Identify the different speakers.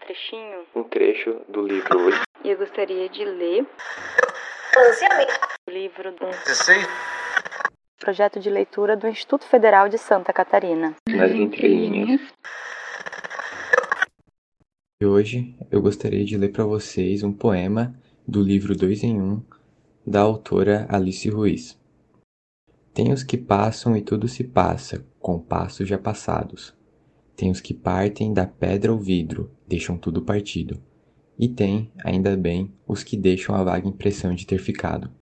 Speaker 1: trechinho
Speaker 2: um trecho do livro
Speaker 1: e eu gostaria de ler o livro do projeto de leitura do Instituto Federal de Santa Catarina.
Speaker 2: Nas Entrelinhas. E hoje eu gostaria de ler para vocês um poema do livro 2 em 1 um, da autora Alice Ruiz. Tem os que passam e tudo se passa, com passos já passados. Tem os que partem da pedra ao vidro, deixam tudo partido. E tem, ainda bem, os que deixam a vaga impressão de ter ficado.